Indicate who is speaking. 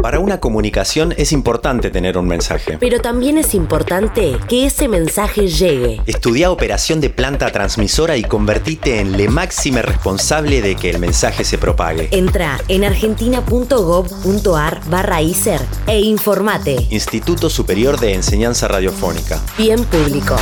Speaker 1: Para una comunicación es importante tener un mensaje.
Speaker 2: Pero también es importante que ese mensaje llegue.
Speaker 1: Estudia operación de planta transmisora y convertite en la máxima responsable de que el mensaje se propague.
Speaker 2: Entra en argentina.gov.ar barra ICER e informate.
Speaker 1: Instituto Superior de Enseñanza Radiofónica.
Speaker 2: Bien público.